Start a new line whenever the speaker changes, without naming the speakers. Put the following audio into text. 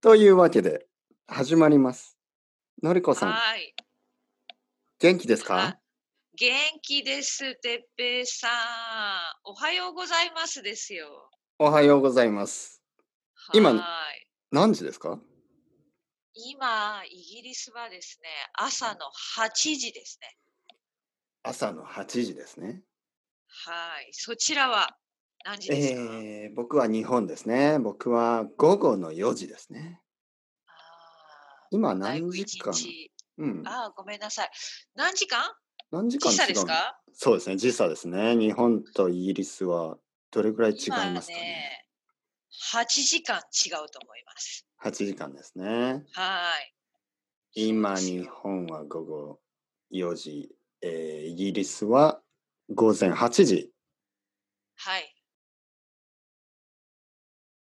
というわけで、始まります。のりこさん、
はい。
元気ですか
あ元気です、てっぺいさん。おはようございますですよ。
おはようございます。今
はー
何時ですか
い今、イギリスはですね、朝の8時ですね。
朝の8時ですね。
はい。そちらは何時ですか、
えー、僕は日本ですね。僕は午後の4時ですね。
あ
今
ーだい
何
ぶ
時
一
間
日
うん。
あーごめんなさい。何時間
何時間
時差
違
で
う
す
の
か
そうですね。時差ですね。日本とイギリスはどれくらい違い
今
ますかね。
ね、8時間違うと思います。
8時間ですね。
はい。
今、
そうですよ
日本は午後4時、えーイギリスは午前8時。
はい。